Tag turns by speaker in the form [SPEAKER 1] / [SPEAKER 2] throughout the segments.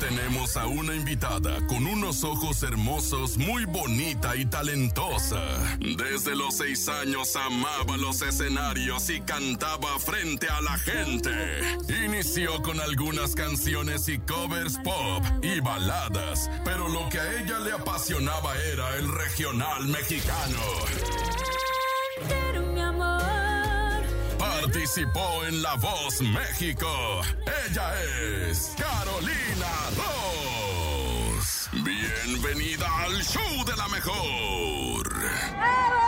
[SPEAKER 1] Tenemos a una invitada con unos ojos hermosos, muy bonita y talentosa. Desde los seis años amaba los escenarios y cantaba frente a la gente. Inició con algunas canciones y covers pop y baladas, pero lo que a ella le apasionaba era el regional mexicano. participó en La Voz México. Ella es Carolina Ross. Bienvenida al show de la mejor.
[SPEAKER 2] ¡Bravo!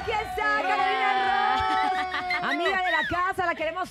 [SPEAKER 2] Aquí está Carolina Ross. Amiga de la casa, la queremos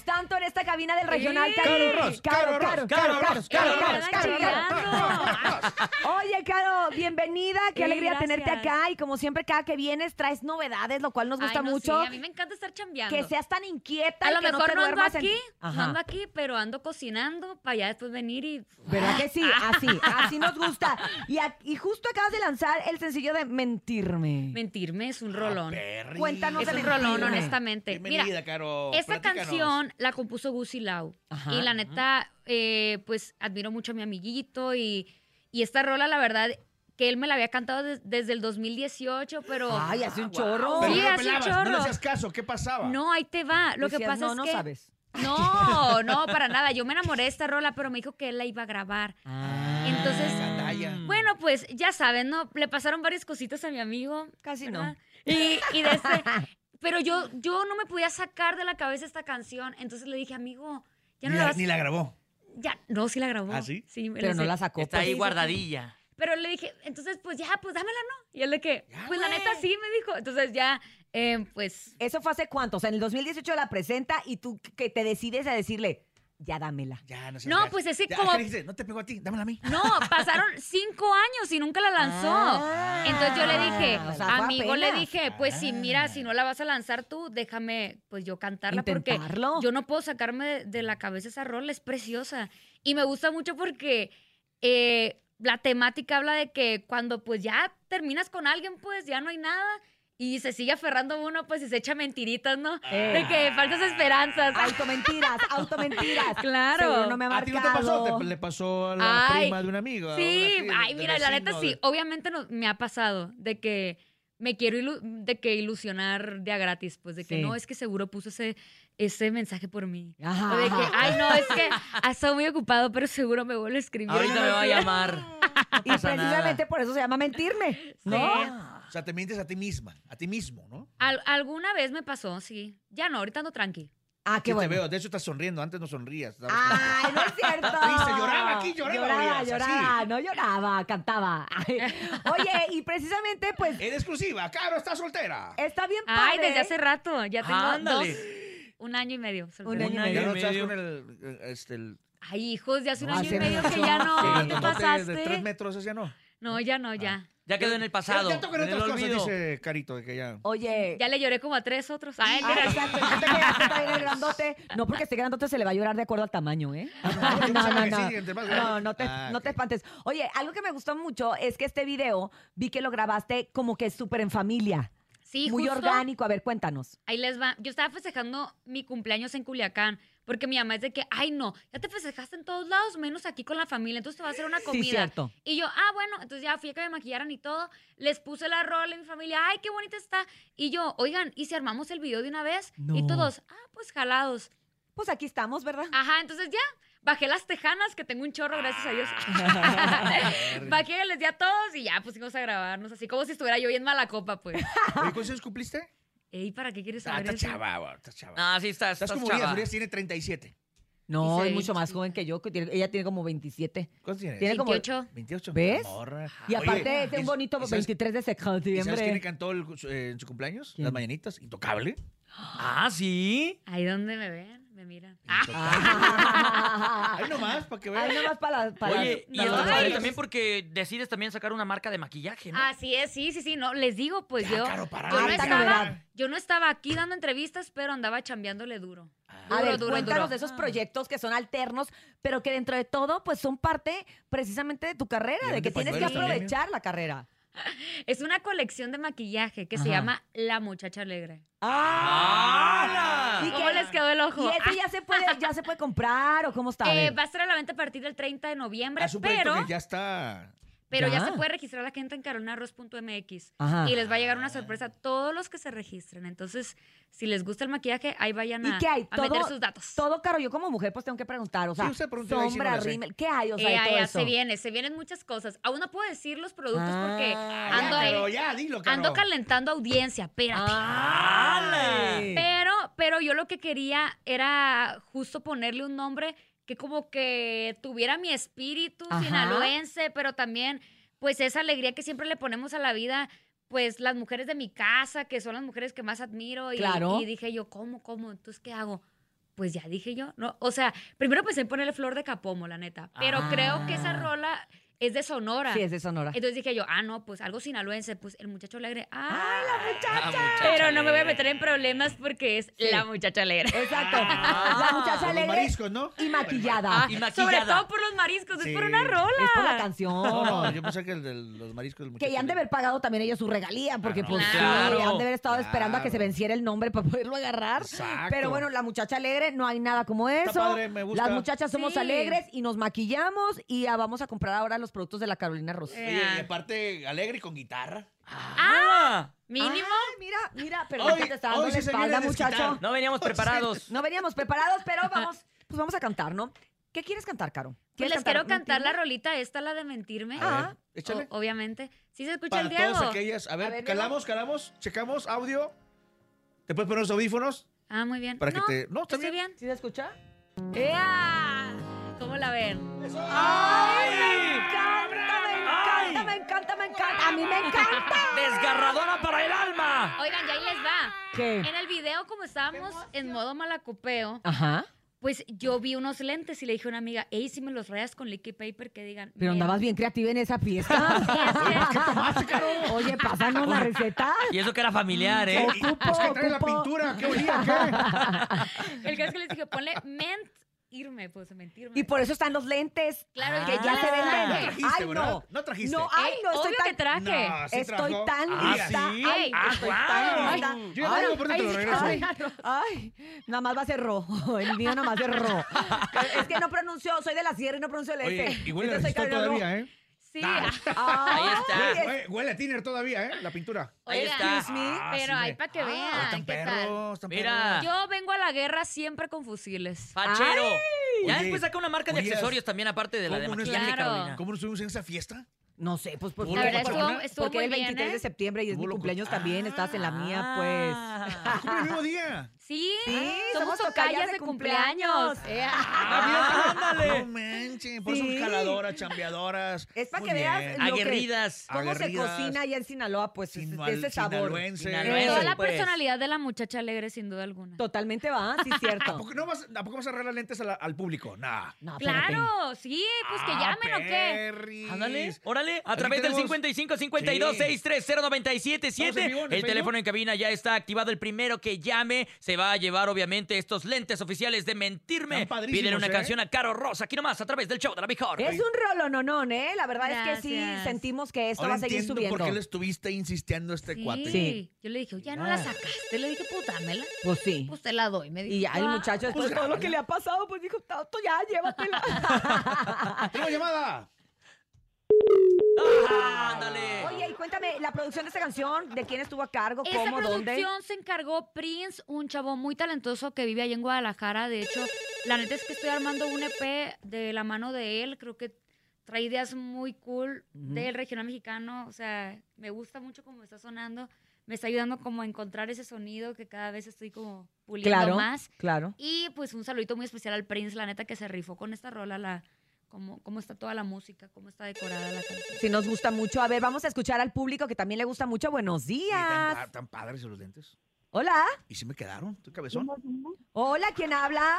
[SPEAKER 2] tanto en esta cabina del regional.
[SPEAKER 3] Ross, Caro, Caro, Caro, Ross, Caro, Ross, Caro,
[SPEAKER 2] Oye, Caro, bienvenida. Qué
[SPEAKER 4] Sí,
[SPEAKER 2] alegría
[SPEAKER 4] gracias.
[SPEAKER 2] tenerte acá. Y como siempre, cada que vienes traes novedades, lo cual nos gusta
[SPEAKER 4] Ay, no,
[SPEAKER 2] mucho.
[SPEAKER 4] sí, a mí me encanta estar chambeando.
[SPEAKER 2] Que seas tan inquieta.
[SPEAKER 4] a
[SPEAKER 2] y
[SPEAKER 4] lo
[SPEAKER 2] que
[SPEAKER 4] mejor
[SPEAKER 2] no, te
[SPEAKER 4] no, ando
[SPEAKER 2] duermas en-
[SPEAKER 4] aquí, no
[SPEAKER 2] Ajá.
[SPEAKER 4] ando aquí, pero ando cocinando para ya después venir y...
[SPEAKER 2] ¿Verdad que sí? Así, así nos gusta. Y, a- y justo acabas de lanzar el sencillo de Mentirme.
[SPEAKER 4] Mentirme es un
[SPEAKER 3] Ah,
[SPEAKER 4] rolón.
[SPEAKER 3] Perry.
[SPEAKER 2] Cuéntanos
[SPEAKER 4] Es
[SPEAKER 2] de
[SPEAKER 4] un rolón,
[SPEAKER 2] Mentirme.
[SPEAKER 4] honestamente.
[SPEAKER 3] Bienvenida,
[SPEAKER 4] Mira,
[SPEAKER 3] Caro.
[SPEAKER 4] esta
[SPEAKER 3] Oh, platícanos.
[SPEAKER 4] canción la compuso Gusi Lau.
[SPEAKER 2] Ajá.
[SPEAKER 4] y la neta, eh, pues admiro mucho a mi amiguito y, y esta rola, la verdad, que él me la había cantado des- desde el 2018, pero...
[SPEAKER 2] Ay, hace un chorro.
[SPEAKER 3] Ah, Pero
[SPEAKER 4] Sí,
[SPEAKER 3] no la
[SPEAKER 4] hace un
[SPEAKER 3] pelabas, No le
[SPEAKER 4] chorro.
[SPEAKER 3] hacías caso, ¿qué pasaba?
[SPEAKER 4] No, ahí te va. Lo que
[SPEAKER 2] Decías,
[SPEAKER 4] pasa
[SPEAKER 2] no,
[SPEAKER 4] es
[SPEAKER 2] no
[SPEAKER 4] que...
[SPEAKER 2] sabes.
[SPEAKER 4] No, no, para nada. Yo me enamoré de esta rola, pero me dijo que él la iba a grabar.
[SPEAKER 3] Ah,
[SPEAKER 4] Ah. Entonces,
[SPEAKER 3] Gandalla.
[SPEAKER 4] bueno, pues ya saben, ¿no? Le pasaron varias cositas a mi amigo.
[SPEAKER 2] Casi no.
[SPEAKER 4] ¿verdad? Ah, Y, y de este- Pero yo, yo no me podía sacar de la cabeza esta canción. Entonces le dije, amigo, ya no
[SPEAKER 3] ni,
[SPEAKER 4] la
[SPEAKER 3] la,
[SPEAKER 4] vas.
[SPEAKER 3] ni la grabó.
[SPEAKER 4] Ya, no, sí la grabó.
[SPEAKER 3] ¿Ah, sí?
[SPEAKER 4] Sí, me
[SPEAKER 2] Pero
[SPEAKER 4] la
[SPEAKER 2] no
[SPEAKER 4] sé.
[SPEAKER 2] la sacó.
[SPEAKER 5] Está
[SPEAKER 2] pues.
[SPEAKER 5] ahí guardadilla.
[SPEAKER 4] Pero le dije, entonces, pues ya, pues dámela, ¿no? Y él de que,
[SPEAKER 3] Ya,
[SPEAKER 4] pues la
[SPEAKER 3] güey.
[SPEAKER 4] neta sí, me dijo. Entonces ya, eh, pues.
[SPEAKER 2] ¿Eso fue hace cuánto? O sea, en el 2018 la presenta y tú que te decides a decirle, ya dámela.
[SPEAKER 3] Ya, no sé.
[SPEAKER 4] No, pues es que
[SPEAKER 3] ya,
[SPEAKER 4] como-
[SPEAKER 3] ¿qué le dijiste? no te pego a ti, dámela a mí.
[SPEAKER 4] No, pasaron cinco años y nunca la lanzó.
[SPEAKER 2] Ah,
[SPEAKER 4] Entonces yo le dije,
[SPEAKER 2] o sea, fue
[SPEAKER 4] amigo, le
[SPEAKER 2] apenas.
[SPEAKER 4] dije, pues si mira,
[SPEAKER 3] Ah.
[SPEAKER 4] si no la vas a lanzar tú, déjame pues yo cantarla
[SPEAKER 2] Intentarlo.
[SPEAKER 4] porque yo no puedo sacarme de, de la cabeza esa rola, es preciosa. Y me gusta mucho porque eh, la temática habla de que cuando pues ya terminas con alguien, pues ya no hay nada. Y se sigue aferrando uno, pues y se echa mentiritas, ¿no? De que falsas esperanzas.
[SPEAKER 2] Eh. Automentiras, automentiras.
[SPEAKER 4] Claro.
[SPEAKER 2] Seguro no me ha
[SPEAKER 3] ¿A ti no te pasó?
[SPEAKER 2] marcado.
[SPEAKER 3] Te- le pasó a la
[SPEAKER 4] Ay,
[SPEAKER 3] prima de un amigo.
[SPEAKER 4] Sí,
[SPEAKER 3] a una tía,
[SPEAKER 4] ay,
[SPEAKER 3] de
[SPEAKER 4] mira, la neta
[SPEAKER 3] vecino,
[SPEAKER 4] sí.
[SPEAKER 3] de-
[SPEAKER 4] Obviamente no- me ha pasado de que me quiero ilu- de que ilusionar de a gratis, pues de que
[SPEAKER 2] Sí.
[SPEAKER 4] no, es que seguro puso ese, ese mensaje por mí.
[SPEAKER 2] Ajá,
[SPEAKER 4] O de que, "Ah,
[SPEAKER 2] ajá.
[SPEAKER 4] ay, no, es que ha estado muy ocupado, pero seguro me vuelve a escribir.
[SPEAKER 5] Ahorita me va a llamar. No
[SPEAKER 2] Y
[SPEAKER 5] pasa
[SPEAKER 2] precisamente
[SPEAKER 5] nada.
[SPEAKER 2] por eso se llama mentirme.
[SPEAKER 4] Sí.
[SPEAKER 2] ¿No?
[SPEAKER 3] O sea, te mientes a ti misma, a ti mismo, ¿no?
[SPEAKER 4] Al- alguna vez me pasó, sí. Ya no, ahorita ando tranqui.
[SPEAKER 2] Ah, qué
[SPEAKER 3] Sí
[SPEAKER 2] bueno.
[SPEAKER 3] Te veo, de hecho estás sonriendo, antes no sonrías. estabas
[SPEAKER 2] Ay, no es cierto.
[SPEAKER 3] Triste, lloraba aquí, lloraba,
[SPEAKER 2] Lloraba,
[SPEAKER 3] Urias,
[SPEAKER 2] lloraba,
[SPEAKER 3] así.
[SPEAKER 2] no lloraba, cantaba. Ay. Oye, y precisamente, pues,
[SPEAKER 3] En exclusiva, Caro está soltera.
[SPEAKER 2] está bien padre.
[SPEAKER 4] Ay, desde hace rato, ya tengo
[SPEAKER 5] Ándale.
[SPEAKER 4] dos- un año y medio. soltera.
[SPEAKER 2] Un año y
[SPEAKER 5] Un año
[SPEAKER 3] Ya
[SPEAKER 2] medio.
[SPEAKER 3] no estás
[SPEAKER 5] medio.
[SPEAKER 3] con el, eh, este, el, Ah,
[SPEAKER 4] Ay, hijos, ya hace un
[SPEAKER 2] No,
[SPEAKER 4] año
[SPEAKER 2] hace
[SPEAKER 4] y medio que
[SPEAKER 2] mucho.
[SPEAKER 4] ya
[SPEAKER 3] el
[SPEAKER 4] no, te
[SPEAKER 3] grandotote de tres
[SPEAKER 4] pasaste.
[SPEAKER 3] metros, ese ya no.
[SPEAKER 4] No, ya no, ya.
[SPEAKER 5] Ya quedó en el pasado.
[SPEAKER 3] Ya, ya tocan
[SPEAKER 5] en el
[SPEAKER 3] otras cosas,
[SPEAKER 5] olvido.
[SPEAKER 3] dice Carito, de que ya...
[SPEAKER 2] Oye.
[SPEAKER 4] Ya le lloré como a tres otros. Ay,
[SPEAKER 2] Ah,
[SPEAKER 4] mira.
[SPEAKER 2] exacto, no te creas que está bien el grandote. No, porque este grandote se le va a llorar de acuerdo al tamaño, ¿eh?
[SPEAKER 3] no, yo pensaba que sí, entre más grande.
[SPEAKER 2] No, no te,
[SPEAKER 3] Ah,
[SPEAKER 2] no te
[SPEAKER 3] ok.
[SPEAKER 2] espantes. Oye, algo que me gustó mucho es que este video vi que lo grabaste como que súper en familia.
[SPEAKER 4] Sí,
[SPEAKER 2] muy
[SPEAKER 4] justo.
[SPEAKER 2] orgánico. A ver, cuéntanos.
[SPEAKER 4] Ahí les va. Yo estaba festejando mi cumpleaños en Culiacán, porque mi mamá es de que, ay no, ya te festejaste en todos lados, menos aquí con la familia, entonces te va a hacer una comida.
[SPEAKER 2] Sí, cierto.
[SPEAKER 4] Y yo, ah, bueno, entonces ya fui a que me maquillaran y todo, les puse la rola y mi familia, ay, qué bonita está. Y yo, oigan, ¿y si armamos el video de una vez?
[SPEAKER 2] No.
[SPEAKER 4] Y todos, ah, pues jalados.
[SPEAKER 2] Pues aquí estamos, ¿verdad?
[SPEAKER 4] Ajá, entonces ya. Bajé las tejanas, que tengo un chorro, gracias a Dios.
[SPEAKER 3] Ah.
[SPEAKER 4] Bajé, les di a todos y ya pusimos a grabarnos, así como si estuviera yo bien mala copa, pues.
[SPEAKER 3] Oye, ¿Cuántos años cumpliste?
[SPEAKER 4] Ey, ¿para qué quieres
[SPEAKER 3] Ah,
[SPEAKER 4] saber
[SPEAKER 3] está
[SPEAKER 4] eso?
[SPEAKER 3] chava, güey, está chava.
[SPEAKER 5] Ah, sí, estás,
[SPEAKER 3] Estás
[SPEAKER 5] estás
[SPEAKER 3] como Urias,
[SPEAKER 5] chava.
[SPEAKER 3] Urias tiene 37.
[SPEAKER 2] No,
[SPEAKER 4] Y se
[SPEAKER 2] es
[SPEAKER 4] ve
[SPEAKER 2] mucho más
[SPEAKER 4] chiquita.
[SPEAKER 2] joven que yo. que tiene- ella tiene como 27.
[SPEAKER 3] ¿Cuántos tienes?
[SPEAKER 2] Tiene como-
[SPEAKER 4] 28.
[SPEAKER 3] 28.
[SPEAKER 2] ¿Ves?
[SPEAKER 3] Morra.
[SPEAKER 2] Y
[SPEAKER 3] Oye,
[SPEAKER 2] aparte es de
[SPEAKER 3] ¿y-
[SPEAKER 2] un bonito
[SPEAKER 3] y sabes-
[SPEAKER 2] 23 de
[SPEAKER 3] ¿Y sabes quién le
[SPEAKER 2] septiembre.
[SPEAKER 3] cantó el- su- eh, en su cumpleaños?
[SPEAKER 2] ¿Quién?
[SPEAKER 3] Las mañanitas. Intocable.
[SPEAKER 5] Ah, sí.
[SPEAKER 4] Ahí donde me ven, me miran.
[SPEAKER 3] Ahí
[SPEAKER 2] Ay,
[SPEAKER 3] nomás, para que veas.
[SPEAKER 2] Ay, nomás para, para
[SPEAKER 5] Oye, y
[SPEAKER 4] para-
[SPEAKER 5] esto
[SPEAKER 4] Ay.
[SPEAKER 5] padre también porque decides también sacar una marca de maquillaje, ¿no?
[SPEAKER 4] Así es, Ah, sí, sí, sí, no, les digo, pues
[SPEAKER 3] Ya,
[SPEAKER 4] yo,
[SPEAKER 3] Caro, para.
[SPEAKER 4] yo, no
[SPEAKER 2] Harta novedad.
[SPEAKER 4] estaba, yo no estaba aquí dando entrevistas, pero andaba chambeándole duro.
[SPEAKER 2] A
[SPEAKER 3] Ah.
[SPEAKER 4] Duro,
[SPEAKER 2] ver,
[SPEAKER 4] duro,
[SPEAKER 2] cuéntanos
[SPEAKER 4] duro. Ah.
[SPEAKER 2] de esos proyectos que son alternos, pero que dentro de todo, pues son parte precisamente de tu carrera,
[SPEAKER 3] Y
[SPEAKER 2] de
[SPEAKER 3] eran
[SPEAKER 2] que
[SPEAKER 3] de
[SPEAKER 2] tienes que
[SPEAKER 3] pañuelos también,
[SPEAKER 2] aprovechar la carrera.
[SPEAKER 4] Es una colección de maquillaje que se
[SPEAKER 5] Ajá.
[SPEAKER 4] llama La Muchacha Alegre.
[SPEAKER 5] ¡Hala!
[SPEAKER 2] ¡Ah! ¿Y qué?
[SPEAKER 4] ¿Cómo les quedó el ojo? Ah,
[SPEAKER 2] ¿Y ese ya se puede, ya se puede comprar o cómo está? A
[SPEAKER 4] Eh,
[SPEAKER 2] ver.
[SPEAKER 4] va a estar a la venta a partir del 30 de noviembre,
[SPEAKER 3] Es un proyecto
[SPEAKER 4] pero,
[SPEAKER 3] que ya está.
[SPEAKER 4] pero ya.
[SPEAKER 2] Ya.
[SPEAKER 4] se puede registrar la gente en caronarros.mx.
[SPEAKER 2] Ajá.
[SPEAKER 4] Y les va a llegar una sorpresa a todos los que se registren. Entonces, si les gusta el maquillaje, ahí vayan
[SPEAKER 2] ¿Y
[SPEAKER 4] a,
[SPEAKER 2] qué hay?
[SPEAKER 4] a meter
[SPEAKER 2] Todo-
[SPEAKER 4] sus datos.
[SPEAKER 2] Todo caro, yo como mujer pues tengo que preguntar, o sea,
[SPEAKER 3] Sí, usted preguntó, ahí sí no
[SPEAKER 2] sombra,
[SPEAKER 3] la sé.
[SPEAKER 2] rímel, ¿qué hay? O sea, de
[SPEAKER 4] Eh,
[SPEAKER 2] todo
[SPEAKER 4] ya
[SPEAKER 2] eso.
[SPEAKER 4] se viene, se vienen muchas cosas. Aún no puedo decir los productos
[SPEAKER 2] Ah,
[SPEAKER 4] porque
[SPEAKER 3] Ah,
[SPEAKER 4] ando,
[SPEAKER 3] ya,
[SPEAKER 4] ahí-
[SPEAKER 3] pero ya, dilo, Caro.
[SPEAKER 4] ando calentando audiencia, espérate.
[SPEAKER 2] Ah. ¡Hala!
[SPEAKER 4] Pero, pero yo lo que quería era justo ponerle un nombre que como que tuviera mi espíritu
[SPEAKER 2] Ajá.
[SPEAKER 4] sinaloense, pero también pues esa alegría que siempre le ponemos a la vida, pues las mujeres de mi casa, que son las mujeres que más admiro. Y,
[SPEAKER 2] Claro.
[SPEAKER 4] y dije yo, ¿cómo, cómo? Entonces, ¿qué hago? Pues ya dije yo, ¿no? O sea, primero pensé en ponerle flor de capomo, la neta. Pero
[SPEAKER 5] Ah.
[SPEAKER 4] creo que esa rola es de Sonora.
[SPEAKER 2] Sí, es de Sonora.
[SPEAKER 4] Entonces dije yo, ah, no, pues algo sinaloense, pues el muchacho alegre. ¡Ay, la
[SPEAKER 5] La muchacha
[SPEAKER 4] pero no me voy a
[SPEAKER 5] alegre.
[SPEAKER 4] meter en problemas porque es la muchacha alegre.
[SPEAKER 2] Exacto.
[SPEAKER 5] Ah.
[SPEAKER 2] la
[SPEAKER 3] Con
[SPEAKER 2] muchacha
[SPEAKER 3] los
[SPEAKER 2] alegre
[SPEAKER 3] mariscos, ¿no?
[SPEAKER 2] y maquillada.
[SPEAKER 4] Ah,
[SPEAKER 5] Y maquillada.
[SPEAKER 4] sobre todo por los mariscos,
[SPEAKER 3] Sí.
[SPEAKER 4] es por una rola.
[SPEAKER 2] Es por la canción.
[SPEAKER 3] No, no, yo pensé que el de los mariscos. el
[SPEAKER 2] Que ya han de
[SPEAKER 3] muchacho-
[SPEAKER 2] haber pagado también ellos su regalía, porque
[SPEAKER 3] Ah, no.
[SPEAKER 2] pues sí,
[SPEAKER 5] Claro.
[SPEAKER 2] han de haber estado esperando a que se
[SPEAKER 3] Claro.
[SPEAKER 2] venciera el nombre para poderlo agarrar.
[SPEAKER 3] Exacto.
[SPEAKER 2] Pero bueno, la muchacha alegre, no hay nada como eso.
[SPEAKER 3] padre, me gusta.
[SPEAKER 2] Las muchachas somos
[SPEAKER 4] Sí.
[SPEAKER 2] alegres y nos maquillamos y ya vamos a comprar ahora los productos de la Carolina Rosa.
[SPEAKER 3] Oye, y aparte, alegre y con guitarra.
[SPEAKER 5] ¡Ah!
[SPEAKER 4] Mínimo.
[SPEAKER 2] Ay, mira, mira, pero
[SPEAKER 3] Hoy-
[SPEAKER 2] ahorita te está dando
[SPEAKER 3] hoy
[SPEAKER 2] la
[SPEAKER 3] sí se viene
[SPEAKER 2] espalda,
[SPEAKER 3] a desquitar.
[SPEAKER 2] muchacho.
[SPEAKER 5] No veníamos preparados.
[SPEAKER 2] No veníamos preparados, pero vamos, pues vamos a cantar, ¿no? ¿Qué quieres cantar, Caro?
[SPEAKER 4] Pues
[SPEAKER 2] ¿Quieres
[SPEAKER 4] les quiero cantar la
[SPEAKER 2] Mentirme?
[SPEAKER 4] rolita esta, la de mentirme.
[SPEAKER 3] A
[SPEAKER 2] Ah.
[SPEAKER 3] ver, échale.
[SPEAKER 4] O- obviamente. ¿Sí se escucha
[SPEAKER 3] Para
[SPEAKER 4] el Diego?
[SPEAKER 3] todas aquellas. A ver,
[SPEAKER 2] ver, Diego.
[SPEAKER 3] calamos, calamos, checamos audio. Te puedes poner los audífonos
[SPEAKER 4] Ah, muy bien.
[SPEAKER 3] para
[SPEAKER 4] no,
[SPEAKER 3] que te. No, está
[SPEAKER 4] ¿Estoy
[SPEAKER 3] bien.
[SPEAKER 4] bien?
[SPEAKER 2] ¿Sí se escucha?
[SPEAKER 4] ¡Ea! ¿Cómo la ven?
[SPEAKER 2] ¡Ay, me encanta, me encanta, me encanta, me encanta! ¡A mí me encanta!
[SPEAKER 5] ¡Desgarradora para el alma!
[SPEAKER 4] Oigan, ya ahí les va.
[SPEAKER 2] ¿Qué?
[SPEAKER 4] En el video, como estábamos en modo malacopeo,
[SPEAKER 2] Ajá.
[SPEAKER 4] pues yo vi unos lentes y le dije a una amiga, ey, si me los rayas con liquid paper, que digan.
[SPEAKER 2] Pero
[SPEAKER 4] "Mira".
[SPEAKER 2] andabas bien creativa en esa fiesta. Oye, pásanos la receta.
[SPEAKER 5] Y eso que era familiar, ¿eh?
[SPEAKER 2] Ocupo,
[SPEAKER 3] Es que trae la
[SPEAKER 2] ocupo.
[SPEAKER 3] pintura. ¿Qué olía? ¿Qué?
[SPEAKER 4] El caso es que les dije, ponle mentirme, pues mentirme.
[SPEAKER 2] Y por eso están los lentes.
[SPEAKER 4] Claro,
[SPEAKER 2] que
[SPEAKER 4] y
[SPEAKER 2] ya
[SPEAKER 4] ya
[SPEAKER 2] se
[SPEAKER 4] les
[SPEAKER 2] ven
[SPEAKER 4] traje.
[SPEAKER 2] lentes.
[SPEAKER 3] trajiste,
[SPEAKER 2] ay, no.
[SPEAKER 3] ¿verdad? No trajiste.
[SPEAKER 2] No, ay,
[SPEAKER 4] Ey,
[SPEAKER 2] no, estoy
[SPEAKER 4] Eh, obvio
[SPEAKER 2] tan...
[SPEAKER 4] que traje.
[SPEAKER 3] No, sí
[SPEAKER 2] estoy
[SPEAKER 3] trajó.
[SPEAKER 2] tan
[SPEAKER 5] Ah,
[SPEAKER 2] lista.
[SPEAKER 5] ¿sí?
[SPEAKER 2] Ay,
[SPEAKER 5] Ah,
[SPEAKER 2] estoy
[SPEAKER 5] guau.
[SPEAKER 2] tan lista.
[SPEAKER 3] Ay, yo ya traigo, por eso te lo regreso.
[SPEAKER 2] ay, ay, nada más va a ser ro. El mío nada más es ro. Es que no pronunció, soy de la sierra y no pronuncio el
[SPEAKER 3] Oye,
[SPEAKER 2] S.
[SPEAKER 3] y huele a
[SPEAKER 2] Entonces soy
[SPEAKER 3] resistol
[SPEAKER 2] Carolina Ro.
[SPEAKER 3] todavía, ¿eh?
[SPEAKER 4] Sí.
[SPEAKER 3] Ah,
[SPEAKER 2] Ay,
[SPEAKER 5] Ahí está.
[SPEAKER 2] oye,
[SPEAKER 3] Huele, huele a tiner todavía, ¿eh? La pintura.
[SPEAKER 5] Ahí
[SPEAKER 4] Oigan,
[SPEAKER 5] está.
[SPEAKER 2] Excuse me.
[SPEAKER 3] Ah,
[SPEAKER 4] Pero
[SPEAKER 3] sí,
[SPEAKER 4] ahí
[SPEAKER 3] me-
[SPEAKER 4] para que
[SPEAKER 3] Ah,
[SPEAKER 4] vean,
[SPEAKER 3] están
[SPEAKER 4] ¿qué tal?
[SPEAKER 3] perros, están
[SPEAKER 5] Mira.
[SPEAKER 4] Yo vengo a la guerra siempre con fusiles.
[SPEAKER 2] Ah,
[SPEAKER 5] ¡Fachero! ya
[SPEAKER 3] Oye,
[SPEAKER 5] después saca una marca de
[SPEAKER 3] oye,
[SPEAKER 5] accesorios también, aparte de la de
[SPEAKER 3] ¿cómo no
[SPEAKER 5] maquillaje,
[SPEAKER 4] está-
[SPEAKER 5] Carolina.
[SPEAKER 3] perros. ¿Cómo nos estuvimos en esa fiesta?
[SPEAKER 2] No sé, pues por
[SPEAKER 4] La verdad
[SPEAKER 3] Loco,
[SPEAKER 4] estuvo,
[SPEAKER 3] Carolina,
[SPEAKER 4] estuvo
[SPEAKER 2] Porque
[SPEAKER 4] muy
[SPEAKER 2] el 23
[SPEAKER 4] bien, ¿eh?
[SPEAKER 2] de septiembre y es mi
[SPEAKER 3] Loco.
[SPEAKER 2] cumpleaños también, estás en la mía, pues.
[SPEAKER 5] Ah.
[SPEAKER 3] Cumple el mismo día.
[SPEAKER 4] Sí,
[SPEAKER 2] Sí,
[SPEAKER 4] Ah, somos tocallas de cumpleaños.
[SPEAKER 5] Ah,
[SPEAKER 3] No
[SPEAKER 5] ándale.
[SPEAKER 3] manches, por
[SPEAKER 2] Sí.
[SPEAKER 3] eso caladoras, chambeadoras.
[SPEAKER 2] Es para
[SPEAKER 3] Muy
[SPEAKER 2] que veas
[SPEAKER 3] bien.
[SPEAKER 2] lo que-
[SPEAKER 5] Aguerridas.
[SPEAKER 2] ¿Cómo se
[SPEAKER 3] Aguerridas.
[SPEAKER 2] cocina allá en Sinaloa? Pues es-
[SPEAKER 3] Sinal-
[SPEAKER 2] de ese sabor.
[SPEAKER 3] sinaloense.
[SPEAKER 5] Sinaloense.
[SPEAKER 4] Toda
[SPEAKER 5] Eso,
[SPEAKER 4] la
[SPEAKER 5] pues.
[SPEAKER 4] personalidad de la muchacha alegre, sin duda alguna.
[SPEAKER 2] Totalmente va, sí,
[SPEAKER 3] ¿A
[SPEAKER 2] cierto.
[SPEAKER 3] poco, no vas, ¿A poco vas a arreglar lentes a la- al público? Nah. Ah,
[SPEAKER 2] No, espérate.
[SPEAKER 4] Claro, sí, pues que llamen o qué.
[SPEAKER 3] perris.
[SPEAKER 5] Ándale, órale, a
[SPEAKER 3] Aquí
[SPEAKER 5] través del
[SPEAKER 3] tenemos-
[SPEAKER 5] 55 52
[SPEAKER 3] Sí.
[SPEAKER 5] 630
[SPEAKER 3] Estamos en vivo
[SPEAKER 5] 977
[SPEAKER 3] en
[SPEAKER 5] El
[SPEAKER 3] Facebook.
[SPEAKER 5] teléfono en cabina ya está activado. El primero que llame se va a llevar, obviamente, estos lentes oficiales de mentirme.
[SPEAKER 3] Están padrísimos,
[SPEAKER 5] Piden una
[SPEAKER 3] ¿eh?
[SPEAKER 5] canción a Caro Rosa, aquí nomás, a través del show de la mejor.
[SPEAKER 2] Es un rolo nonón, ¿eh? La verdad es que sí
[SPEAKER 4] Gracias.
[SPEAKER 2] sentimos que esto
[SPEAKER 3] Ahora
[SPEAKER 2] va a seguir
[SPEAKER 3] entiendo
[SPEAKER 2] subiendo.
[SPEAKER 3] por qué le estuviste insistiendo a este cuate.
[SPEAKER 2] Sí.
[SPEAKER 4] Yo le dije, ya no la sacaste. Le dije, pues dámela.
[SPEAKER 2] Pues sí.
[SPEAKER 4] Pues te la doy. Me dijo,
[SPEAKER 2] Y ya el
[SPEAKER 4] "Ah".
[SPEAKER 2] muchacho, después de todo lo que le ha pasado, pues dijo, tanto ya, llévatela.
[SPEAKER 3] ¡Tenemos llamada!
[SPEAKER 5] Ah, Ándale.
[SPEAKER 2] Oye, y cuéntame, la producción de esta canción, ¿de quién estuvo a cargo?
[SPEAKER 4] Esa
[SPEAKER 2] ¿Cómo? ¿Dónde?
[SPEAKER 4] producción se encargó Prince, un chavo muy talentoso que vive ahí en Guadalajara. De hecho, la neta es que estoy armando un EP de la mano de él. Creo que trae ideas muy cool del regional mexicano. O sea, me gusta mucho cómo está sonando. Me está ayudando como a encontrar ese sonido que cada vez estoy como puliendo
[SPEAKER 2] Claro,
[SPEAKER 4] más.
[SPEAKER 2] claro.
[SPEAKER 4] Y pues un saludito muy especial al Prince, la neta que se rifó con esta rola, la cómo, cómo está toda la música, cómo está decorada la canción.
[SPEAKER 2] Si nos gusta mucho. A ver, vamos a escuchar al público que también le gusta mucho. Buenos
[SPEAKER 3] Oye, Tan,
[SPEAKER 2] días.
[SPEAKER 3] pa- tan padres los lentes.
[SPEAKER 2] Hola.
[SPEAKER 3] ¿Y si me quedaron? ¿Tu cabezón?
[SPEAKER 2] Hola, ¿quién habla?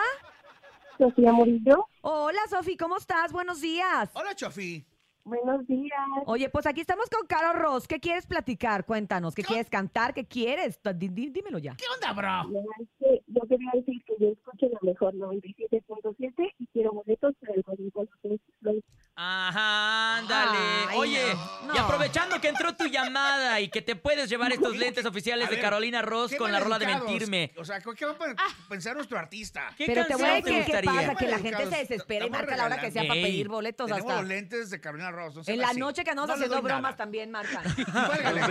[SPEAKER 6] Sofía Murillo.
[SPEAKER 2] Hola, Sofi, ¿cómo estás? Buenos días.
[SPEAKER 3] Hola, Chofi.
[SPEAKER 6] Buenos días.
[SPEAKER 2] Oye, pues aquí estamos con Caro Ross. ¿Qué quieres platicar? Cuéntanos. ¿Qué quieres cantar? ¿Qué quieres? Di- di- dímelo ya.
[SPEAKER 3] ¿Qué onda, bro?
[SPEAKER 6] La verdad es que Yo quería decir que yo escucho la mejor 97.7
[SPEAKER 3] Ah,
[SPEAKER 6] y quiero boletos para el Rodrigo López.
[SPEAKER 5] Ajá, ándale.
[SPEAKER 2] Ay,
[SPEAKER 5] Oye,
[SPEAKER 2] no.
[SPEAKER 5] Y aprovechando que entró tu llamada y que te puedes llevar estos lentes oficiales
[SPEAKER 3] A
[SPEAKER 5] de
[SPEAKER 3] ver,
[SPEAKER 5] Carolina Ross
[SPEAKER 3] qué
[SPEAKER 5] con la rola de
[SPEAKER 3] maleducados.
[SPEAKER 5] mentirme.
[SPEAKER 3] O sea, ¿qué va a pen- pensar nuestro artista?
[SPEAKER 5] ¿Qué
[SPEAKER 2] Pero te voy a
[SPEAKER 5] canción te
[SPEAKER 2] decir qué
[SPEAKER 5] gustaría?
[SPEAKER 2] pasa, que la gente se
[SPEAKER 3] Estamos
[SPEAKER 2] desespera y marca la hora que
[SPEAKER 3] regalando.
[SPEAKER 2] sea para
[SPEAKER 5] Ey,
[SPEAKER 2] pedir boletos
[SPEAKER 3] Tenemos
[SPEAKER 2] hasta...
[SPEAKER 3] los lentes de Carolina Ross. no sean
[SPEAKER 2] En la
[SPEAKER 3] así.
[SPEAKER 2] noche que andamos
[SPEAKER 3] No les
[SPEAKER 2] haciendo
[SPEAKER 3] doy nada.
[SPEAKER 2] bromas también marcan.
[SPEAKER 3] Cuélgale,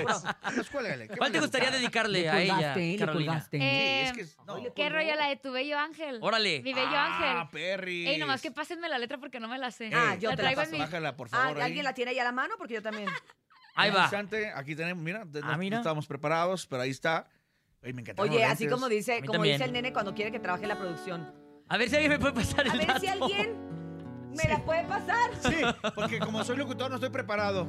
[SPEAKER 3] pues, cuélgale. Qué
[SPEAKER 5] ¿Cuál te
[SPEAKER 3] maleducado.
[SPEAKER 5] gustaría dedicarle a ella, Carolina?
[SPEAKER 2] Eh,
[SPEAKER 3] Sí, es
[SPEAKER 4] Eh,
[SPEAKER 3] que es- no.
[SPEAKER 2] Oye, pues,
[SPEAKER 4] ¿Qué rollo la de tu bello ángel?
[SPEAKER 5] Órale.
[SPEAKER 4] Mi bello
[SPEAKER 3] Ah,
[SPEAKER 4] ángel.
[SPEAKER 3] Perry.
[SPEAKER 4] Ey, nomás que pásenme la letra porque no me la sé.
[SPEAKER 2] Ah, yo
[SPEAKER 4] la
[SPEAKER 2] te la
[SPEAKER 4] traigo en
[SPEAKER 2] paso.
[SPEAKER 4] mi...
[SPEAKER 3] Bájala, por
[SPEAKER 2] ah,
[SPEAKER 3] favor. ahí.
[SPEAKER 2] ¿Alguien la tiene ahí a la mano? Porque yo también.
[SPEAKER 5] Ahí
[SPEAKER 3] Un
[SPEAKER 5] va.
[SPEAKER 3] instante, aquí tenemos, mira, no- no,
[SPEAKER 5] mira.
[SPEAKER 3] estábamos preparados, pero ahí está. Ay, me encantaron
[SPEAKER 2] Oye,
[SPEAKER 3] los
[SPEAKER 2] así
[SPEAKER 3] lentes.
[SPEAKER 2] como dice,
[SPEAKER 5] mí
[SPEAKER 2] como
[SPEAKER 5] también.
[SPEAKER 2] dice el nene cuando quiere que trabaje la producción.
[SPEAKER 5] A ver si alguien me puede pasar el
[SPEAKER 2] A ver si
[SPEAKER 5] dato.
[SPEAKER 2] alguien me la puede pasar.
[SPEAKER 3] Sí, porque como soy locutor no estoy preparado.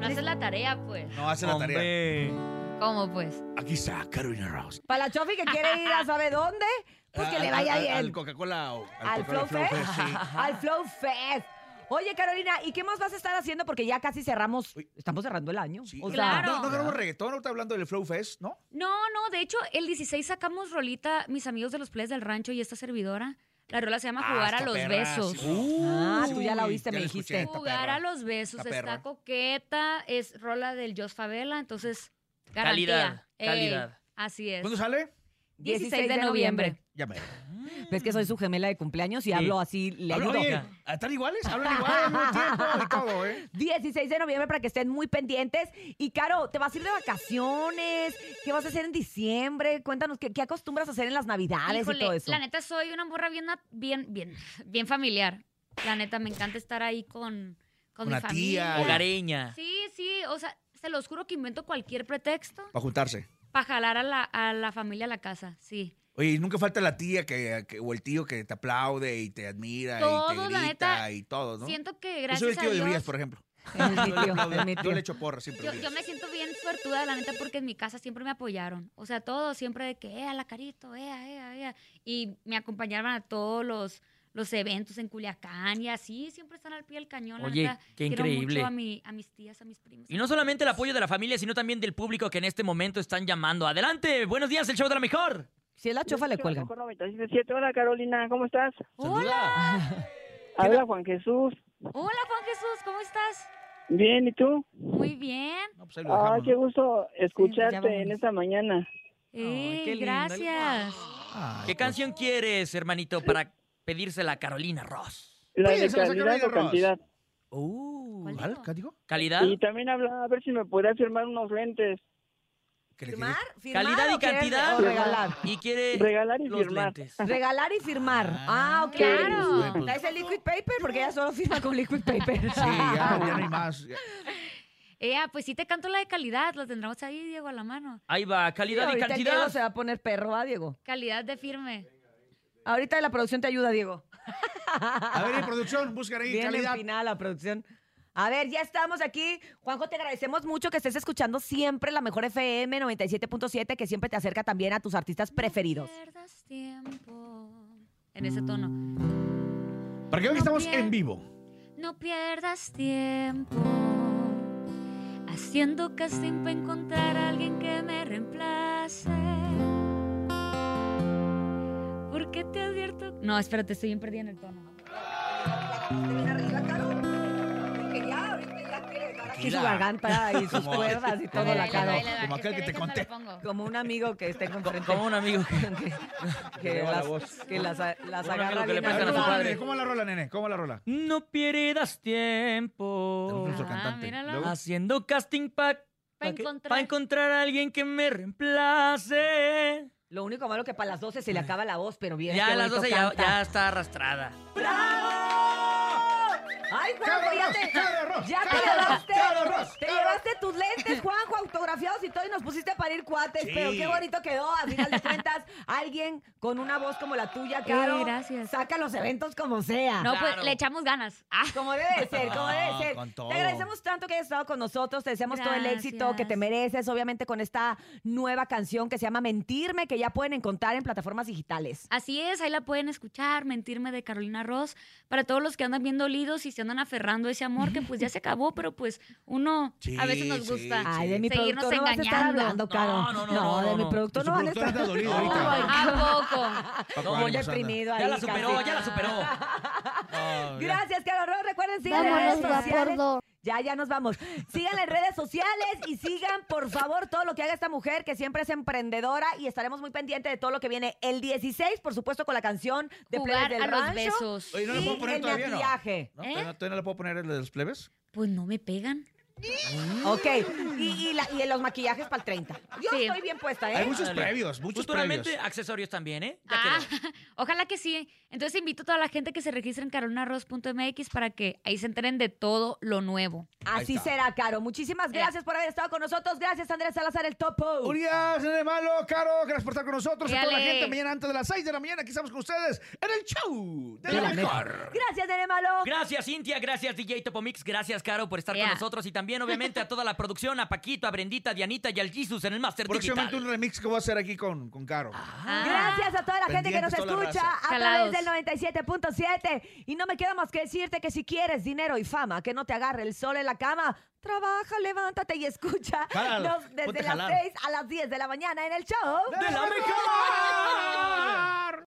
[SPEAKER 4] No haces la tarea, pues.
[SPEAKER 3] No hace la tarea.
[SPEAKER 5] Hombre.
[SPEAKER 4] ¿Cómo, pues?
[SPEAKER 3] Aquí está Carolina Ross.
[SPEAKER 2] Para la Chofi que quiere ir a sabe dónde, pues que
[SPEAKER 3] Ah,
[SPEAKER 2] le
[SPEAKER 3] al-
[SPEAKER 2] vaya
[SPEAKER 3] al-
[SPEAKER 2] bien.
[SPEAKER 3] Al Coca-Cola o
[SPEAKER 2] al Flow
[SPEAKER 3] Coca-Cola
[SPEAKER 2] Fest.
[SPEAKER 3] sí.
[SPEAKER 2] Al Flow Fest. Oye, Carolina, ¿y qué más vas a estar haciendo? Porque ya casi cerramos. Estamos cerrando el año.
[SPEAKER 3] Sí.
[SPEAKER 2] O sea,
[SPEAKER 4] Claro.
[SPEAKER 3] No, no grabamos reggaetón, ahorita hablando del Flow Fest, ¿no?
[SPEAKER 4] No, no, de hecho, el 16 sacamos rolita, mis amigos de los plays del rancho y esta servidora. La rola se llama
[SPEAKER 3] Ah,
[SPEAKER 4] Jugar a
[SPEAKER 3] está
[SPEAKER 4] los
[SPEAKER 3] perra,
[SPEAKER 4] besos.
[SPEAKER 3] sí.
[SPEAKER 2] Ah,
[SPEAKER 3] Uy,
[SPEAKER 2] tú ya la oíste, me
[SPEAKER 3] la escuché,
[SPEAKER 2] dijiste.
[SPEAKER 3] está
[SPEAKER 4] Jugar
[SPEAKER 3] perra.
[SPEAKER 4] a los besos,
[SPEAKER 3] Está
[SPEAKER 4] está,
[SPEAKER 3] perra.
[SPEAKER 4] coqueta, es rola del Jos Favela, entonces
[SPEAKER 5] Calidad,
[SPEAKER 4] garantía. Ey,
[SPEAKER 5] calidad.
[SPEAKER 4] así es.
[SPEAKER 3] ¿Cuándo sale?
[SPEAKER 4] 16 de noviembre.
[SPEAKER 3] Ya me.
[SPEAKER 2] Ves que soy su gemela de cumpleaños y hablo así
[SPEAKER 3] Hablan,
[SPEAKER 2] lento.
[SPEAKER 3] oye, ¿Están iguales? Hablan igual al mismo tiempo y todo, ¿eh?
[SPEAKER 2] 16 de noviembre para que estén muy pendientes. Y Caro, ¿te vas a ir de vacaciones? ¿Qué vas a hacer en diciembre? Cuéntanos, ¿qué, qué acostumbras a hacer en las navidades y
[SPEAKER 4] Híjole,
[SPEAKER 2] ah, todo eso?
[SPEAKER 4] La neta soy una morra bien, nat- bien, bien, bien familiar. La neta, me encanta estar ahí con, con,
[SPEAKER 3] Con
[SPEAKER 4] mi
[SPEAKER 3] la tía.
[SPEAKER 4] familia.
[SPEAKER 5] Hogareña.
[SPEAKER 4] Sí, sí, o sea, se los juro que invento cualquier pretexto
[SPEAKER 3] Para juntarse.
[SPEAKER 4] para jalar a la, a la familia a la casa, sí.
[SPEAKER 3] Oye, y nunca falta la tía que, que- o el tío que te aplaude y te admira y te
[SPEAKER 4] Todos, la
[SPEAKER 3] grita
[SPEAKER 4] neta,
[SPEAKER 3] y todo, ¿no?
[SPEAKER 4] Siento que
[SPEAKER 3] yo soy el
[SPEAKER 4] gracias a
[SPEAKER 3] tío de Urias,
[SPEAKER 4] Dios...
[SPEAKER 3] por ejemplo.
[SPEAKER 2] Es mi
[SPEAKER 3] Yo le,
[SPEAKER 2] tío,
[SPEAKER 3] aplaudo,
[SPEAKER 2] es mi
[SPEAKER 3] yo
[SPEAKER 2] tío.
[SPEAKER 3] le echo porra siempre. a
[SPEAKER 4] Yo, yo
[SPEAKER 3] Urias.
[SPEAKER 4] me siento bien suertuda, la neta, porque en mi casa siempre me apoyaron. O sea, todos siempre de que, eh, a la carito, eh, eh, eh. Y me acompañaban a todos los, los eventos en Culiacán y así, siempre están al pie del cañón. la
[SPEAKER 5] Oye,
[SPEAKER 4] neta.
[SPEAKER 5] qué
[SPEAKER 4] Quiero
[SPEAKER 5] increíble.
[SPEAKER 4] mucho a, mi- a mis tías, a mis primos.
[SPEAKER 5] Y no solamente el apoyo de la familia, sino también del público que en este momento están llamando. Adelante, buenos días, el show de la mejor.
[SPEAKER 2] Si es la chofa, le cuelgan.
[SPEAKER 6] Mejor 97. Hola Carolina, ¿cómo estás?
[SPEAKER 4] Hola,
[SPEAKER 6] Habla Juan Jesús.
[SPEAKER 4] hola Juan Jesús, ¿cómo estás?
[SPEAKER 6] Bien, ¿y tú?
[SPEAKER 4] Muy bien.
[SPEAKER 3] No, pues ahí lo
[SPEAKER 6] Ah,
[SPEAKER 3] dejamos,
[SPEAKER 6] qué
[SPEAKER 3] ¿no? pues
[SPEAKER 6] gusto
[SPEAKER 2] ya
[SPEAKER 6] escucharte
[SPEAKER 2] vamos.
[SPEAKER 6] en esta mañana.
[SPEAKER 4] Eh,
[SPEAKER 5] qué lindo.
[SPEAKER 4] gracias.
[SPEAKER 2] Ah,
[SPEAKER 3] Ay,
[SPEAKER 5] ¿Qué
[SPEAKER 3] pues.
[SPEAKER 5] canción quieres, hermanito, para pedírsela a Carolina Ross?
[SPEAKER 6] La de
[SPEAKER 3] Pídeselas a
[SPEAKER 6] calidad
[SPEAKER 3] Carolina
[SPEAKER 6] o
[SPEAKER 3] Ross.
[SPEAKER 6] cantidad.
[SPEAKER 5] Uh,
[SPEAKER 4] ¿Cuál
[SPEAKER 3] ¿Cuál?
[SPEAKER 4] dijo?
[SPEAKER 3] ¿Qué digo?
[SPEAKER 5] ¿Calidad?
[SPEAKER 6] Y también habla, a ver si me podrías firmar unos lentes.
[SPEAKER 3] ¿Qué le
[SPEAKER 2] ¿Firmar?
[SPEAKER 3] quieres?
[SPEAKER 2] ¿Firmar
[SPEAKER 5] Calidad y
[SPEAKER 2] o quieres-
[SPEAKER 5] cantidad.
[SPEAKER 2] o regalar.
[SPEAKER 5] Y quiere
[SPEAKER 6] Regalar y
[SPEAKER 5] los
[SPEAKER 6] firmar.
[SPEAKER 5] lentes.
[SPEAKER 2] Regalar y firmar. Ah, ok.
[SPEAKER 4] Claro.
[SPEAKER 3] Pues,
[SPEAKER 2] ¿Traes el liquid paper? Porque ella solo firma con liquid paper.
[SPEAKER 3] Sí, ya, ya no hay más. Ya-
[SPEAKER 4] Eh, pues sí te canto la de calidad, la tendremos ahí, Diego, a la mano.
[SPEAKER 5] Ahí va,
[SPEAKER 2] Sí,
[SPEAKER 5] calidad y
[SPEAKER 2] ahorita el Diego se
[SPEAKER 5] cantidad.
[SPEAKER 2] va a poner perro, ¿va, Diego?
[SPEAKER 4] Calidad de firme.
[SPEAKER 2] Ahorita la producción te ayuda, Diego.
[SPEAKER 3] A ver, eh, producción, buscan ahí
[SPEAKER 2] Bien
[SPEAKER 3] calidad.
[SPEAKER 2] empinada la producción. A ver, ya estamos aquí. Juanjo, te agradecemos mucho que estés escuchando siempre la mejor FM 97.7, que siempre te acerca también a tus artistas preferidos.
[SPEAKER 4] Pierdas tiempo. En ese tono.
[SPEAKER 3] Para que vean que estamos
[SPEAKER 4] Bien.
[SPEAKER 3] en vivo.
[SPEAKER 4] No pierdas tiempo haciendo casting para encontrar a alguien que me reemplace. Porque te advierto. No, espérate, estoy bien perdida en el tono.
[SPEAKER 2] Aquí su garganta y sus
[SPEAKER 3] Como-
[SPEAKER 2] cuerdas y todo
[SPEAKER 4] Ahí le
[SPEAKER 2] la
[SPEAKER 4] va,
[SPEAKER 2] cara.
[SPEAKER 4] ahí le va.
[SPEAKER 3] Como aquel
[SPEAKER 4] Espera,
[SPEAKER 3] que te
[SPEAKER 4] déjame
[SPEAKER 3] conté.
[SPEAKER 4] lo pongo.
[SPEAKER 2] Como un amigo que esté con frente.
[SPEAKER 5] Como un amigo.
[SPEAKER 2] que, que
[SPEAKER 3] lleva la
[SPEAKER 2] las,
[SPEAKER 3] voz.
[SPEAKER 2] que las, a- las
[SPEAKER 5] Como un
[SPEAKER 2] agarra
[SPEAKER 5] amigo que le
[SPEAKER 2] bien
[SPEAKER 3] A
[SPEAKER 5] prestan
[SPEAKER 3] ver,
[SPEAKER 5] a su
[SPEAKER 3] ¿cómo,
[SPEAKER 2] agarradas.
[SPEAKER 3] la,
[SPEAKER 5] padre.
[SPEAKER 3] nene? ¿Cómo la rola, nene? ¿Cómo la rola?
[SPEAKER 5] No
[SPEAKER 3] Tenemos
[SPEAKER 5] pierdas tiempo.
[SPEAKER 3] nuestro
[SPEAKER 4] Ah,
[SPEAKER 3] cantante.
[SPEAKER 4] mírala.
[SPEAKER 3] Luego-
[SPEAKER 5] Haciendo casting para
[SPEAKER 4] Pa' encontrar-
[SPEAKER 5] encontrar a alguien que me reemplace.
[SPEAKER 2] Lo único malo que para las 12 se le acaba la voz, pero bien.
[SPEAKER 5] Ya
[SPEAKER 2] qué
[SPEAKER 5] a las
[SPEAKER 2] bonito
[SPEAKER 5] 12 ya,
[SPEAKER 2] canta.
[SPEAKER 5] ya está arrastrada.
[SPEAKER 2] ¡Ay, Juanjo,
[SPEAKER 3] ¡Caro
[SPEAKER 2] ya
[SPEAKER 3] Ross!
[SPEAKER 2] te,
[SPEAKER 3] ¡Caro Ross!
[SPEAKER 2] ya te
[SPEAKER 3] ¡Caro
[SPEAKER 2] llevaste!
[SPEAKER 3] Ross! ¡Caro Ross!
[SPEAKER 2] Te
[SPEAKER 3] ¡Caro
[SPEAKER 2] llevaste tus lentes, Juanjo, autografiados y todo, y nos pusiste a parir cuates,
[SPEAKER 3] Sí.
[SPEAKER 2] pero qué bonito quedó. A final de cuentas, alguien con una voz como la tuya, Caro,
[SPEAKER 4] Ey, gracias.
[SPEAKER 2] saca los eventos como sea.
[SPEAKER 4] No,
[SPEAKER 5] Claro.
[SPEAKER 4] pues le echamos ganas. Ah,
[SPEAKER 2] Como debe de ser, como
[SPEAKER 3] No,
[SPEAKER 2] debe de ser.
[SPEAKER 3] con todo.
[SPEAKER 2] Te agradecemos tanto que hayas estado con nosotros, te deseamos todo el éxito que te
[SPEAKER 4] Gracias.
[SPEAKER 2] mereces, obviamente con esta nueva canción que se llama Mentirme, que ya pueden encontrar en plataformas digitales.
[SPEAKER 4] Así es, ahí la pueden escuchar, mentirme de Carolina Ross. Para todos los que andan bien dolidos y se andan aferrando a ese amor que pues ya se acabó, pero pues uno a veces
[SPEAKER 3] Sí,
[SPEAKER 4] nos
[SPEAKER 3] sí,
[SPEAKER 4] gusta.
[SPEAKER 3] sí.
[SPEAKER 2] Ay, de mi
[SPEAKER 4] Seguirnos
[SPEAKER 2] producto no vas a estar
[SPEAKER 4] engañando.
[SPEAKER 2] hablando, Caro.
[SPEAKER 5] No, no, no, no,
[SPEAKER 2] de
[SPEAKER 5] no,
[SPEAKER 2] mi
[SPEAKER 5] no.
[SPEAKER 2] producto
[SPEAKER 3] Su
[SPEAKER 2] no van a
[SPEAKER 3] productor
[SPEAKER 2] estar...
[SPEAKER 3] anda dolido
[SPEAKER 2] Oh,
[SPEAKER 3] ahorita.
[SPEAKER 2] my
[SPEAKER 4] ¿A poco?
[SPEAKER 3] Paco
[SPEAKER 5] Ah, No,
[SPEAKER 2] Muy
[SPEAKER 5] ya
[SPEAKER 3] Ánimas anda.
[SPEAKER 2] deprimido ahí.
[SPEAKER 5] Ya la superó,
[SPEAKER 2] casi.
[SPEAKER 5] ya la superó.
[SPEAKER 2] Gracias, Carlos Ross. Recuerden, sigan en
[SPEAKER 7] Vámonos,
[SPEAKER 2] redes sociales.
[SPEAKER 7] Guapordo.
[SPEAKER 2] Ya, ya nos vamos. Síganla en redes sociales y sigan, por favor, todo lo que haga esta mujer, que siempre es emprendedora y estaremos muy pendientes de todo lo que viene el 16, por supuesto, con la canción de Plebes
[SPEAKER 4] Jugar
[SPEAKER 2] del
[SPEAKER 4] a los
[SPEAKER 2] Rancho
[SPEAKER 4] besos.
[SPEAKER 3] Oye, no le
[SPEAKER 2] y
[SPEAKER 3] puedo poner
[SPEAKER 2] el
[SPEAKER 3] todavía, ¿no?
[SPEAKER 2] maquillaje.
[SPEAKER 3] No,
[SPEAKER 4] ¿Eh?
[SPEAKER 3] todavía no- todavía no le puedo poner el de los plebes.
[SPEAKER 4] Pues no me pegan.
[SPEAKER 3] Mm.
[SPEAKER 2] Ok, y, y, la- y los maquillajes para el 30. Yo
[SPEAKER 4] Sí.
[SPEAKER 2] estoy bien puesta,
[SPEAKER 3] Hay
[SPEAKER 2] ¿eh?
[SPEAKER 3] muchos
[SPEAKER 5] Ándale.
[SPEAKER 3] previos, muchos
[SPEAKER 5] Futuramente,
[SPEAKER 3] previos.
[SPEAKER 5] Pues, accesorios también, ¿eh? Ya
[SPEAKER 4] Ah,
[SPEAKER 5] quedó.
[SPEAKER 4] ojalá que sí. Entonces invito a toda la gente que se registre en carolinarroz.mx para que ahí se enteren de todo lo nuevo.
[SPEAKER 2] Así
[SPEAKER 3] está.
[SPEAKER 2] será, Caro. Muchísimas
[SPEAKER 4] Ya.
[SPEAKER 2] gracias por haber estado con nosotros. Gracias, Andrés Salazar, el topo.
[SPEAKER 3] Urias, en el malo, Caro, gracias por estar con nosotros. A toda la
[SPEAKER 4] Dale.
[SPEAKER 3] gente, mañana antes de las 6 de la mañana, aquí estamos con ustedes en el show de
[SPEAKER 2] De
[SPEAKER 3] la
[SPEAKER 2] la
[SPEAKER 3] mejor.
[SPEAKER 2] Gracias, Nene Malo.
[SPEAKER 5] Gracias, Cintia. Gracias, DJ Topomix. Gracias, Caro, por estar
[SPEAKER 4] Yeah.
[SPEAKER 5] con nosotros. Y también, obviamente, a toda la producción, a Paquito, a Brendita, a Dianita y al Jesus en el Master
[SPEAKER 3] Próximamente un
[SPEAKER 5] Digital.
[SPEAKER 3] remix que voy a hacer aquí con, con Caro.
[SPEAKER 2] Gracias a toda la gente que nos
[SPEAKER 3] Pendientes, toda la
[SPEAKER 2] escucha
[SPEAKER 3] raza.
[SPEAKER 2] a
[SPEAKER 4] Jalados.
[SPEAKER 2] través del 97.7. Y no me queda más que decirte que si quieres dinero y fama, que no te agarre el sol en la cama, trabaja, levántate y escucha
[SPEAKER 3] Jálalo,
[SPEAKER 2] nos
[SPEAKER 3] ponte
[SPEAKER 2] desde
[SPEAKER 3] a
[SPEAKER 2] las
[SPEAKER 3] jalar.
[SPEAKER 2] 6 a las 10 de la mañana en el show.
[SPEAKER 3] ¡De la mejor!